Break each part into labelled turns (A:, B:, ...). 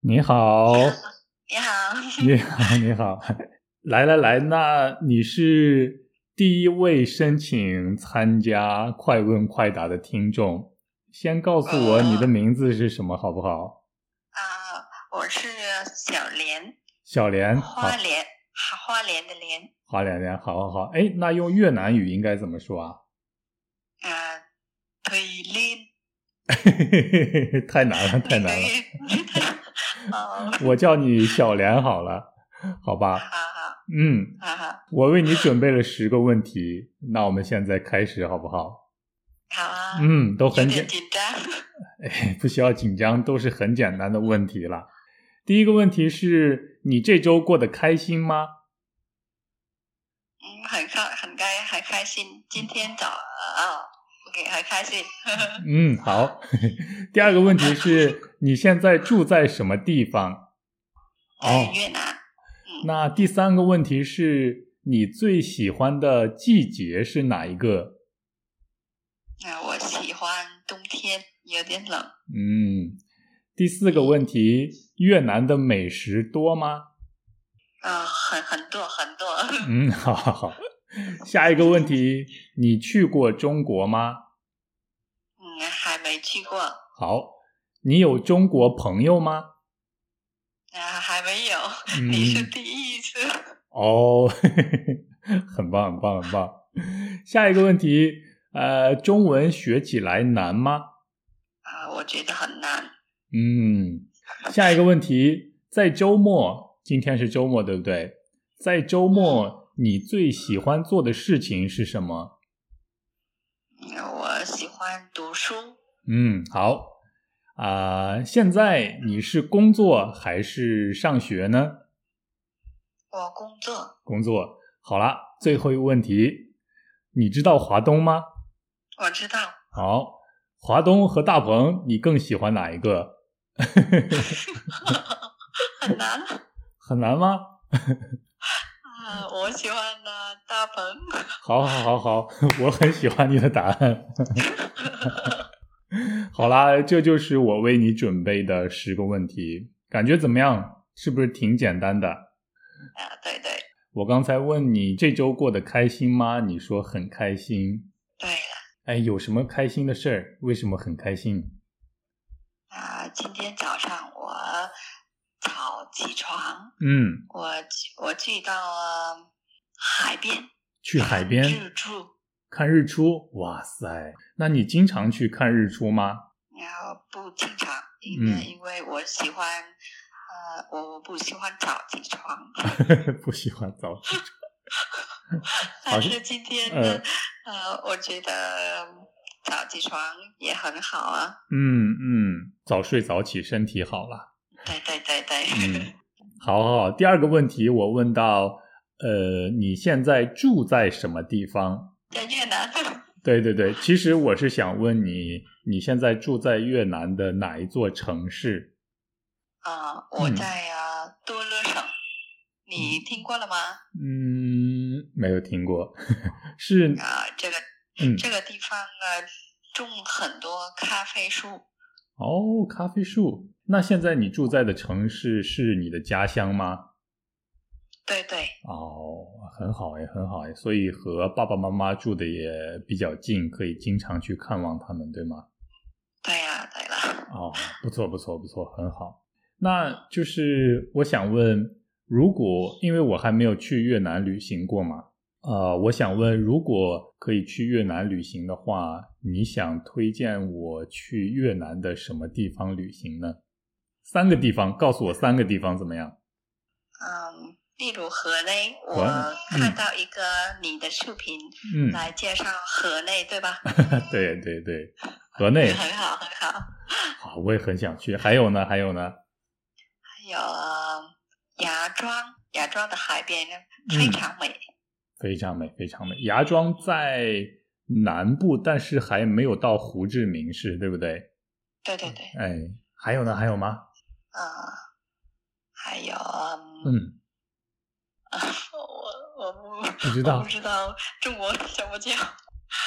A: 你好，
B: 你好，
A: 你好， 你好，来来来，那你是第一位申请参加快问快答的听众，先告诉我你的名字是什么，好不好？
B: 啊、我是小莲，
A: 小莲，嗯好
B: 花，莲，花花莲的莲，
A: 好，莲莲，好好好，哎，那用越南语应该怎么说啊？
B: 啊、推莲，
A: 太难了， 太难
B: 哎
A: 了，
B: 了。哦，
A: 我叫你小莲好了，好吧？
B: 好好
A: 嗯，
B: 好好
A: 我为你准备了十个问题，那我们现在开始好不好？
B: 好啊，
A: 嗯，都
B: 有
A: 很简
B: 点，紧张。
A: 哎， 不需要紧张，都是很简单的问题了。第一个问题是你这周过得开心吗？
B: 嗯，很开很开很开心，今天早哦，OK，很开心。
A: 嗯，好。 第二个问题是你现在住在什么地方？哦
B: 在越南，
A: 那第三个问题是你最喜欢的季节是哪一个？
B: 啊、我喜欢冬天，有点冷。
A: 嗯，第四个问题，越南的美食多吗？
B: 嗯、很很多很多。
A: 嗯，好好好。下一个问题，你去过中国吗？
B: 嗯，还没去过，啊、
A: 好，你有中国朋友吗？
B: 啊还没有，
A: 嗯，
B: 你哎是第一次。
A: 哦， 很棒，很棒，很棒。下一个问题，呃，中文学起来难吗？
B: 啊，我觉得很难。
A: 嗯，下一个问题，在周末，今天是周末，对不对？在周末，你最喜欢做的事情是什么？
B: 嗯我喜欢读书，
A: 嗯，好啊、现在你是工作还是上学呢？
B: 我工作，
A: 工作。好啦，最后一个问题，你知道华东吗？
B: 我知道。
A: 好，华东和大鹏，你更喜欢哪一个？
B: 很难
A: 很难吗？
B: 啊！ 我喜欢的大鹏，
A: 好，好，好，好， 我很喜欢你的答案。 好啦，这就是我为你准备的十个问题，感觉怎么样？是不是挺简单的？
B: 啊，对对
A: 我刚才问你这周过得开心吗？你说很开心。
B: 对了
A: 哎，有什么开心的事儿？为什么很开心？
B: 啊！今天早上我早起床，
A: 嗯，
B: 我去我去到呃海边，
A: 去海边
B: 日出，
A: 看日出。哇塞，那你经常去看日出吗？
B: 然后不经常，因为、
A: 嗯
B: 因为我喜欢呃，我我不喜欢早起 床，
A: 不喜欢早起。好
B: 但
A: 像
B: 是今天
A: 呃
B: 呢，呃，我觉得早起床也很好啊。
A: 嗯嗯，早睡早起，身体好了。
B: 对对对对，
A: 嗯，好好好。第二个问题，我问到，呃，你现在住在什么地方？
B: 在越南，
A: 对对对，其实我是想问你，你现在住在越南的哪一座城市？
B: 啊，我
A: 嗯
B: 在啊多勒省，你听过了吗？
A: 嗯，没有听过， 是
B: 啊，这个
A: 嗯
B: 这个地方啊，种很多咖啡树。
A: 哦，咖啡树。那现在你住在的城市是你的家乡吗？
B: 对对
A: 哦，很好哎，很好哎，所以和爸爸妈妈住的也比较近，可以经常去看望他们，对吗？
B: 对呀、对了，
A: 哦，不错，不错，不错，很好。那就是我想问，如果因为我还没有去越南旅行过嘛，呃，我想问，如果可以去越南旅行的话，你想推荐我去越南的什么地方旅行呢？三个地方，告诉我三个地方怎么样？
B: 嗯，例如河内，
A: 河
B: 我
A: 嗯
B: 看到一个你的视频
A: 嗯，
B: 来介绍河内，对吧？
A: 对对对，河内，
B: 很好很好。
A: 好，我也很想去。还有呢，还有呢，
B: 有芽庄，芽庄的海边
A: 嗯
B: 非常美。
A: 非常美，非常美。芽庄在南部，但是还没有到胡志明市，对不对？
B: 对对对，
A: 哎，还有呢？还有吗？
B: 啊、还有，嗯，
A: 嗯，
B: 我我不
A: 不知
B: 我
A: 道
B: 不，知道中国怎么叫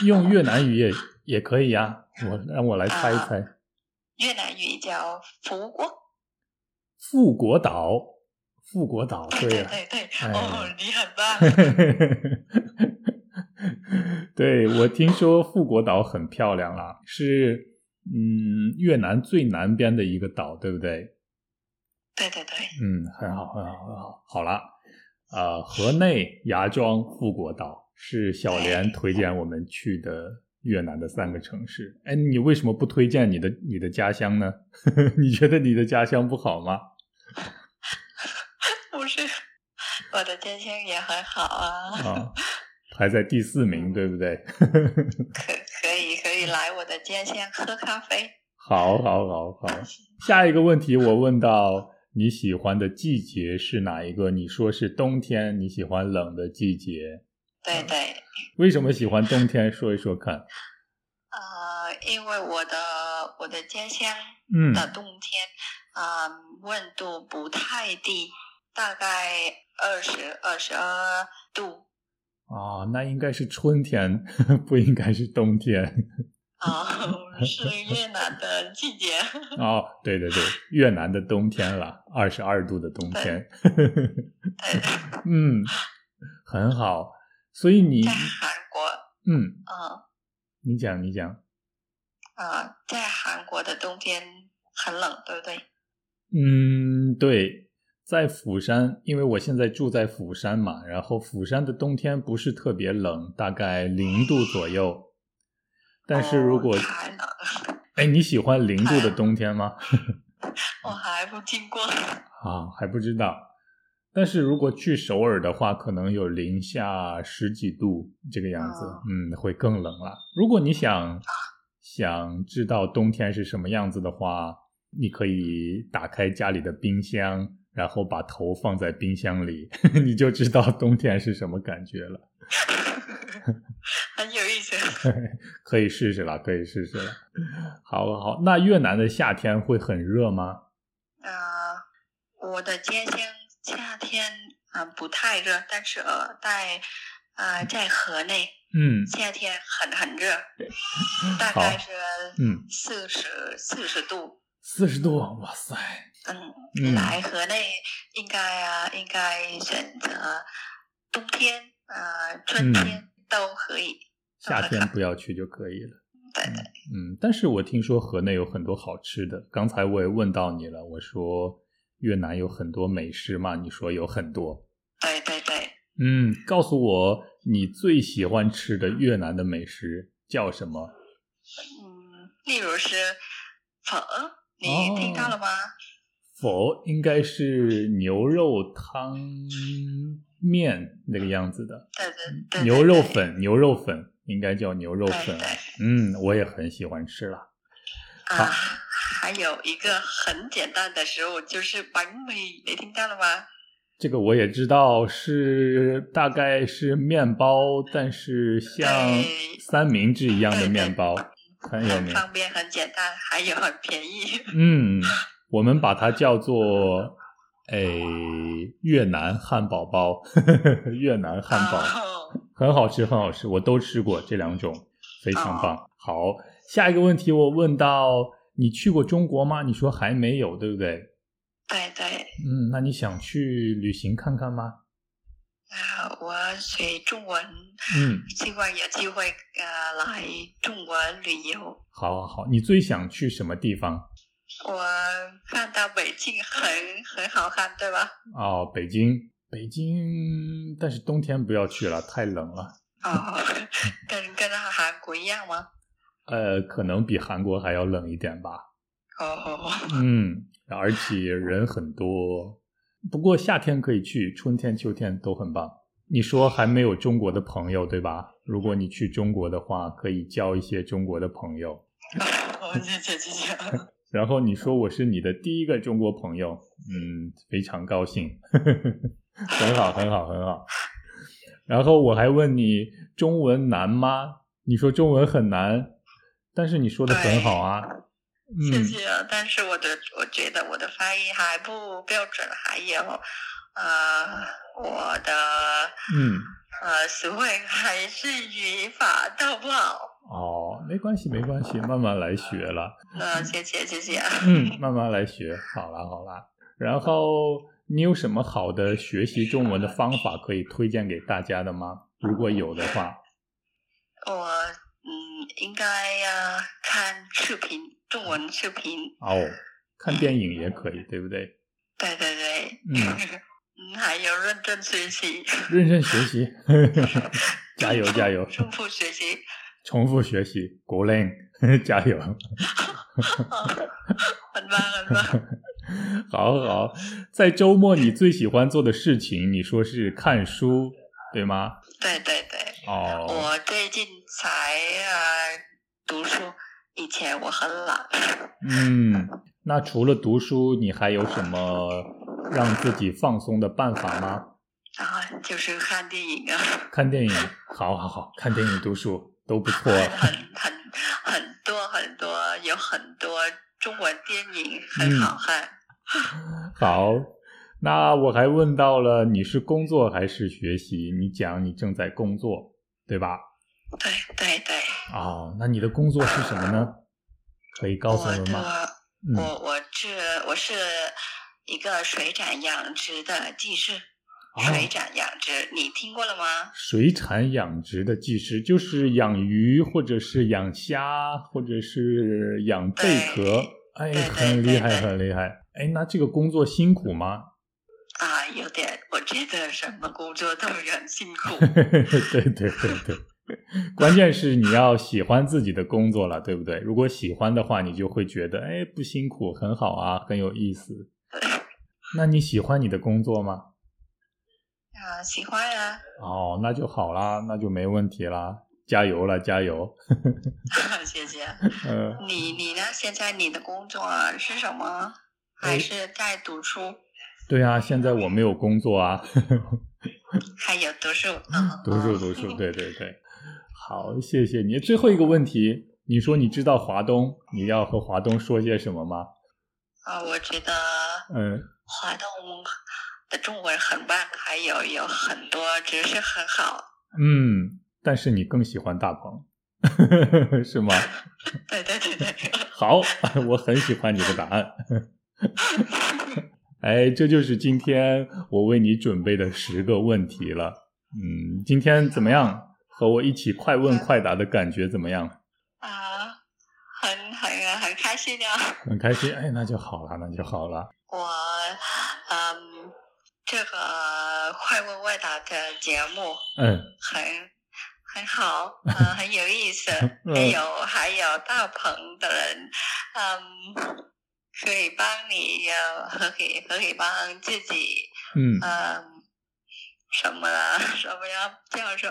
A: 用越南语也也可以啊呀、我让我来猜一猜。
B: 越南语叫福国，
A: 富国岛，富国岛，
B: 对
A: 对
B: 对
A: 呀、
B: 对对，
A: 哎
B: 哦，你很棒，
A: 对我听说富国岛很漂亮啊，是嗯越南最南边的一个岛，对不对？
B: 对对对，
A: 嗯，很好，很好，很好。好了，呃，河内、芽庄、富国岛是小莲推荐我们去的越南的三个城市。哎，你为什么不推荐你的你的家乡呢？ 你觉得你的家乡不好吗？
B: 不是，我的家乡也很好啊，
A: 啊，排在第四名，对不对？
B: 可可以可以来我的家乡喝咖啡，
A: 好，好，好，好。下一个问题，我问到你喜欢的季节是哪一个？你说是冬天，你喜欢冷的季节，嗯
B: 对对，
A: 为什么喜欢冬天？说一说看。
B: 呃，因为我的我的家乡
A: 嗯
B: 的冬天，嗯、温度不太低，大概二十二十二度
A: 啊，那应该是春天， 不应该是冬天。
B: 啊、 是越南的季节，
A: 哦，对对对，越南的冬天了，二十二度的冬天。
B: 对，
A: 嗯，很好。所以你
B: 在，韩国，
A: 嗯，
B: 嗯。
A: 你讲，你讲。
B: 呃，在韩国的冬天很冷，对不对？
A: 嗯，对，在釜山，因为我现在住在釜山嘛，然后釜山的冬天不是特别冷，大概零度左右。但是如果
B: 哦、太冷了，
A: 哎、你喜欢零度的冬天吗？
B: 我哦还不经过。
A: 啊，还不知道。但是如果去首尔的话，可能有零下十几度这个样子，
B: 哦
A: 嗯，会更冷了。如果你想想知道冬天是什么样子的话，你可以打开家里的冰箱，然后把头放在冰箱里， 你就知道冬天是什么感觉了。
B: 很有意思。
A: 可以试试了，可以试试了。好好，那越南的夏天会很热吗？
B: 呃，我的家乡夏天啊、呃不太热，但是呃在呃在河内
A: 嗯
B: 夏天很很热，大概是
A: 嗯，
B: 四十四十度。
A: 四十度，哇塞，
B: 嗯，
A: 嗯
B: 来河内应该啊应该选择冬天呃
A: 嗯
B: 春天都可以。
A: 夏天不要去就可以了。
B: 对对。
A: 嗯，但是我听说河内有很多好吃的。刚才我也问到你了，我说越南有很多美食嘛，你说有很多。
B: 对对对，
A: 嗯，告诉我你最喜欢吃的越南的美食叫什么？
B: 嗯，例如是粉，
A: 哦
B: 你听到了吗？
A: 否，应该是牛肉汤面那个样子的，
B: 对对对，对
A: 牛肉，粉，牛肉粉应该叫牛肉粉
B: 对对。
A: 嗯，我也很喜欢吃啦。
B: 对啊，还有一个很简单的食物就是板米，你听到了吗？
A: 这个我也知道是大概是面包，但是像
B: 对
A: 三明治一样的面包，很哎有
B: 很
A: 名。
B: 方便，很简单，还有很便宜。
A: 嗯，我们把它叫做诶、越南汉堡包， 越南汉堡。
B: 哦
A: 很好吃，很好吃，我都吃过这两种，非常棒。
B: 哦
A: 好，下一个问题我问到你去过中国吗？你说还没有，对不对？
B: 对对，
A: 嗯，那你想去旅行看看吗？
B: 啊，我学中文，
A: 嗯，
B: 希望有机会呃来中国旅游。
A: 好好好，你最想去什么地方？
B: 我看到北京很很好看，对吧？
A: 哦，北京，北京，但是冬天不要去了，太冷了。
B: 哦，跟跟韩国一样吗？
A: 呃，可能比韩国还要冷一点吧。
B: 哦，
A: 嗯，而且人很多。不过夏天可以去，春天、秋天都很棒。你说还没有中国的朋友对吧？如果你去中国的话，可以交一些中国的朋友。
B: 哦谢谢谢谢。
A: 然后你说我是你的第一个中国朋友，嗯，非常高兴， 很好，很好，很好。然后我还问你中文难吗？你说中文很难，但是你说的很好啊。
B: 谢
A: 嗯，
B: 谢啊，但是我的我觉得我的发音还不标准，还有，呃，我的
A: 嗯，
B: 呃词汇还是语法都不好。
A: 哦，没关系，没关系，慢慢来学了。
B: 呃，谢谢谢谢。
A: 嗯，慢慢来学，好啦好啦。然后你有什么好的学习中文的方法可以推荐给大家的吗？如果有的话，
B: 我嗯，应该呀、看视频，中文视频。
A: 哦，看电影也可以，对不对？
B: 对对对，
A: 嗯
B: 嗯，还有认真学习，
A: 认真学习， 加油加油，
B: 重复学习。
A: 重复学习，鼓励， 加油！
B: 很棒，很 棒。
A: 好好，在周末你最喜欢做的事情，你说是看书，对吗？
B: 对对对，
A: 哦，
B: 我最近才呃读书，以前我很懒。
A: 嗯，那除了读书，你还有什么让自己放松的办法吗？
B: 然后就是看电影啊，
A: 看电影，好好好，看电影、读书都不错。
B: 很很很很多很多，有很多中文电影很好看。
A: 好，那我还问到了你是工作还是学习？你讲你正在工作，对吧？
B: 对对对，
A: 哦，那你的工作是什么呢？可以告诉
B: 我
A: 我们吗？
B: 的
A: 嗯，
B: 我我是我是一个水产养殖的技师，
A: 哦
B: 水产养殖你听过了吗？
A: 水产养殖的技师就是养鱼，或者是养虾，或者是养贝壳。哎，
B: 对对
A: 很厉害，
B: 对对
A: 很厉害。哎，那这个工作辛苦吗？
B: 啊，有点，我觉得什么工作都很 辛苦。
A: 对对对对，关键是你要喜欢自己的工作了，对不对？如果喜欢的话，你就会觉得哎不辛苦，很好啊，很有意思。那你喜欢你的工作吗？
B: 啊，喜欢啊，
A: 哦，那就好啦，那就没问题啦，加油了，加油。
B: 谢谢。
A: 呃，
B: 你你呢？现在你的工作啊是什么？
A: 哎
B: 还是在读书？
A: 对啊，现在我没有工作啊，
B: 还有读书？嗯，
A: 读书
B: 嗯
A: 读书，对对对。好，谢谢你。最后一个问题，你说你知道华东，你要和华东说些什么吗？
B: 啊，我觉得
A: 嗯，
B: 华东的中文很棒，还有有很多知识很好。
A: 嗯，但是你更喜欢大鹏， 是吗？
B: 对对对对，
A: 好， 我很喜欢你的答案。哎，这就是今天我为你准备的十个问题了。嗯，今天怎么样？和我一起快问快答的感觉怎么样？
B: 啊，很很很开心啊！
A: 很开心。哎，那就好了，那就好了。
B: 我嗯，这个快问快答的节目
A: 嗯，
B: 很很好，呃，很有意思。还有还有大鹏的人，嗯，可以帮你，呃，可以可以帮自己，
A: 嗯，
B: 嗯，什么啦， 什么呀，叫做，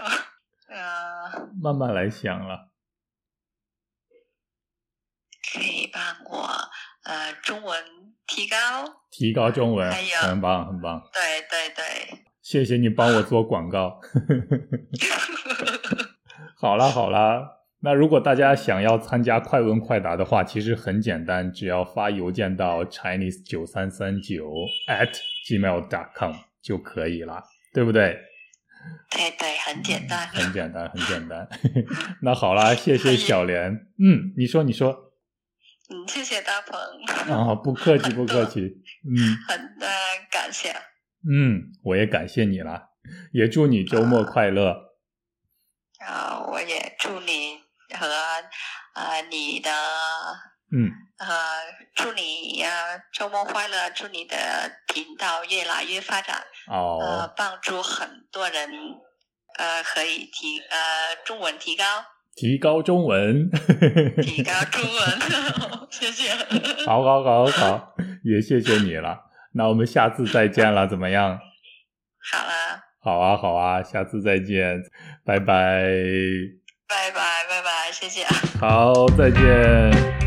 B: 呃，
A: 慢慢来想了。
B: 可以帮我，呃，中文提高。
A: 提高中文，
B: 哎呀
A: 很棒，很棒。
B: 对对对，
A: 谢谢你帮我做广告。 好啦好啦，那如果大家想要参加快问快答的话，其实很简单，只要发邮件到 chinese 九三三九 at gmail.com 就可以了，对不对？
B: 对对，很简单。
A: 很简单，很简单。 那好啦，谢谢小莲。嗯，你说，你说。
B: 嗯，谢谢大鹏，
A: 啊、不客气，不客气。嗯。
B: 很呃感谢。
A: 嗯，我也感谢你啦，也祝你周末快乐。
B: 啊，我也祝你和呃你的
A: 嗯，
B: 呃，祝你呃周末快乐，祝你的频道越来越发展，呃，
A: 哦，
B: 帮助很多人呃可以提呃中文提高，
A: 提高中文。
B: 提高中文， 谢谢。
A: 好好好好，也谢谢你了。那我们下次再见了，怎么样？
B: 好了，
A: 好啊，好啊，下次再见，拜拜。
B: 拜拜拜拜，谢谢。啊
A: 好，再见。